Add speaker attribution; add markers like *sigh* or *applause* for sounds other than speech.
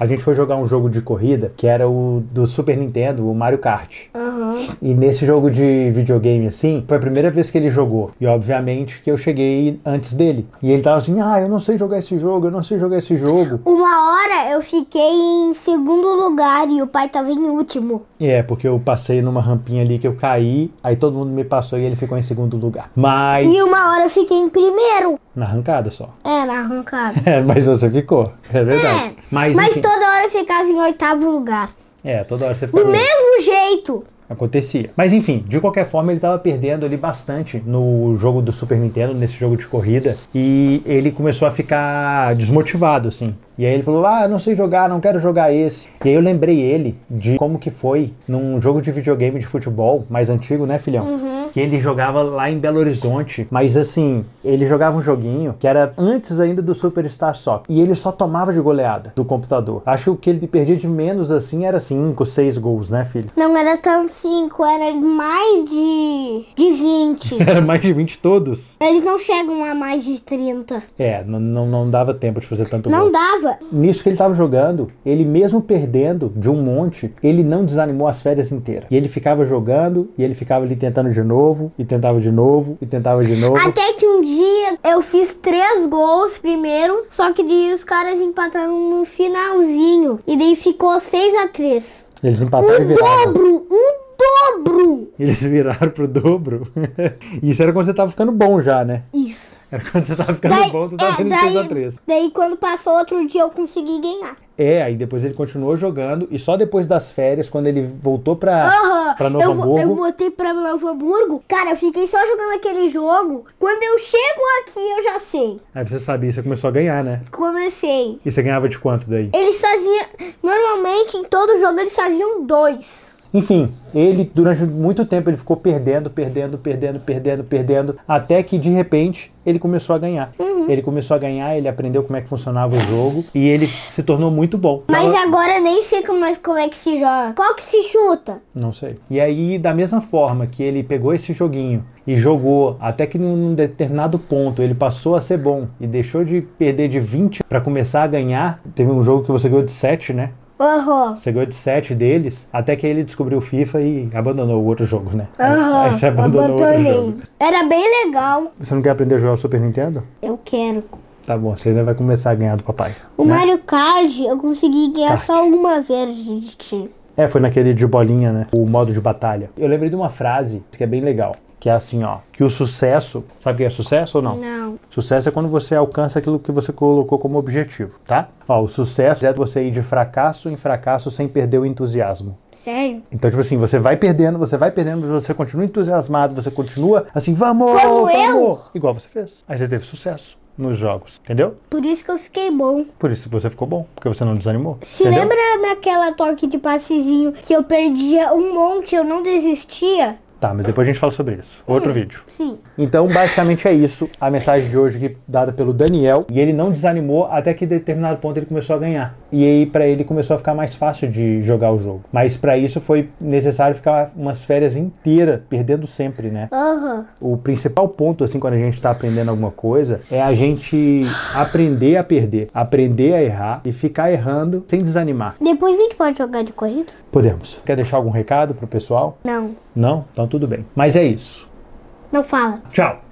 Speaker 1: A gente foi jogar um jogo de corrida que era o do Super Nintendo, o Mario Kart. E nesse jogo de videogame, assim, foi a primeira vez que ele jogou. E obviamente que eu cheguei antes dele. E ele tava assim: ah, eu não sei jogar esse jogo, eu não sei jogar esse jogo.
Speaker 2: Uma hora eu fiquei em segundo lugar e o pai tava em último.
Speaker 1: E é, porque eu passei numa rampinha ali que eu caí, aí todo mundo me passou e ele ficou em segundo lugar. Mas.
Speaker 2: E uma hora eu fiquei em primeiro.
Speaker 1: Na arrancada só. *laughs*
Speaker 2: É, na arrancada.
Speaker 1: É, mas você ficou. É verdade.
Speaker 2: É, mas,
Speaker 1: enfim,
Speaker 2: toda hora eu ficava em oitavo lugar.
Speaker 1: É, toda hora você
Speaker 2: Do
Speaker 1: ficava.
Speaker 2: mesmo jeito.
Speaker 1: Acontecia. Mas enfim, de qualquer forma, ele tava perdendo ali bastante no jogo do Super Nintendo, nesse jogo de corrida, e ele começou a ficar desmotivado, assim. E aí ele falou: Ah, eu não sei jogar, não quero jogar esse. E aí eu lembrei ele de como que foi num jogo de videogame de futebol mais antigo, né, filhão? Que ele jogava lá em Belo Horizonte, mas assim, ele jogava um joguinho que era antes ainda do Super Star Soccer. E ele só tomava de goleada do computador. Acho que o que ele perdia de menos assim era 5, 6 gols, né, filho?
Speaker 2: Não era tão cinco, era mais de, de 20.
Speaker 1: *laughs* Era mais de 20 todos.
Speaker 2: Eles não chegam a mais de 30.
Speaker 1: É, não, não, não dava tempo de fazer tanto gol.
Speaker 2: Não dava.
Speaker 1: Nisso que ele tava jogando, ele mesmo perdendo de um monte, ele não desanimou as férias inteiras. E ele ficava jogando, e ele ficava ali tentando de novo, e tentava de novo, e tentava de novo.
Speaker 2: Até que um dia eu fiz três gols primeiro, só que daí os caras empataram no finalzinho. E daí ficou 6 a 3
Speaker 1: Eles empataram e viraram.
Speaker 2: um Dobro! Um dobro!
Speaker 1: Eles viraram pro dobro. *laughs* E Isso era quando você tava ficando bom já, né?
Speaker 2: Isso.
Speaker 1: Era um quando você tava ficando bom, tu tava
Speaker 2: é,
Speaker 1: tendo 6x3.
Speaker 2: daí quando passou outro dia eu consegui ganhar.
Speaker 1: É, aí depois ele continuou jogando, e só depois das férias, quando ele voltou pra,
Speaker 2: Aham,
Speaker 1: pra Novo
Speaker 2: eu, vo- eu
Speaker 1: Hamburgo,
Speaker 2: botei pra Novo Hamburgo. Cara, eu fiquei só jogando aquele jogo. Quando eu chego aqui, eu já sei.
Speaker 1: aí você sabia, você começou a ganhar, né?
Speaker 2: Comecei.
Speaker 1: E você ganhava de quanto daí?
Speaker 2: Eles faziam. Normalmente em todo jogo eles faziam dois.
Speaker 1: Enfim, ele durante muito tempo ele ficou perdendo, perdendo, perdendo, perdendo, perdendo, até que de repente ele começou a ganhar. Ele começou a ganhar, ele aprendeu como é que funcionava o jogo e ele se tornou muito bom.
Speaker 2: Mas
Speaker 1: Dava-
Speaker 2: agora eu nem sei mais como é que se joga. Qual que se chuta?
Speaker 1: Não sei. E aí, da mesma forma que ele pegou esse joguinho e jogou, até que num determinado ponto ele passou a ser bom e deixou de perder de 20 pra começar a ganhar. Teve um jogo que você ganhou de 7, né?
Speaker 2: Aham.
Speaker 1: Você ganhou de 7 deles, até que ele descobriu o FIFA e abandonou o outro jogo, né?
Speaker 2: Aham.
Speaker 1: Aí você abandonou o outro
Speaker 2: Abandonei.
Speaker 1: jogo.
Speaker 2: Era bem legal.
Speaker 1: Você não quer aprender a jogar o Super Nintendo?
Speaker 2: Eu quero.
Speaker 1: Tá bom, você ainda vai começar a ganhar do papai.
Speaker 2: O
Speaker 1: né?
Speaker 2: Mario Kart eu consegui ganhar
Speaker 1: Kart.
Speaker 2: só uma vez, gente.
Speaker 1: É, foi naquele de bolinha, né? O modo de batalha. Eu lembrei de uma frase que é bem legal, que é assim, ó, que o sucesso, sabe o que é sucesso ou não?
Speaker 2: Não.
Speaker 1: Sucesso é quando você alcança aquilo que você colocou como objetivo, tá? Ó, o sucesso é você ir de fracasso em fracasso sem perder o entusiasmo.
Speaker 2: Sério?
Speaker 1: Então, tipo assim, você vai perdendo, você vai perdendo, mas você continua entusiasmado, você continua assim, vamos,
Speaker 2: Como
Speaker 1: vamos!
Speaker 2: eu?
Speaker 1: Igual você fez. Aí você teve sucesso nos jogos, entendeu?
Speaker 2: Por isso que eu fiquei bom.
Speaker 1: Por isso você ficou bom, porque você não desanimou.
Speaker 2: Se
Speaker 1: entendeu?
Speaker 2: lembra naquela toque de passezinho que eu perdia um monte, eu não desistia?
Speaker 1: Tá, mas depois a gente fala sobre isso. Outro
Speaker 2: Hum.
Speaker 1: vídeo.
Speaker 2: Sim.
Speaker 1: Então, basicamente é isso. A mensagem de hoje que dada pelo Daniel. E ele não desanimou até que em determinado ponto ele começou a ganhar. E aí, pra ele, começou a ficar mais fácil de jogar o jogo. Mas pra isso foi necessário ficar umas férias inteiras, perdendo sempre, né?
Speaker 2: Aham.
Speaker 1: O principal ponto, assim, quando a gente tá aprendendo alguma coisa, é a gente aprender a perder, aprender a errar e ficar errando sem desanimar.
Speaker 2: Depois a gente pode jogar de corrida?
Speaker 1: Podemos. Quer deixar algum recado pro pessoal?
Speaker 2: Não.
Speaker 1: Não? Então tudo bem. Mas é isso.
Speaker 2: Não fala.
Speaker 1: Tchau!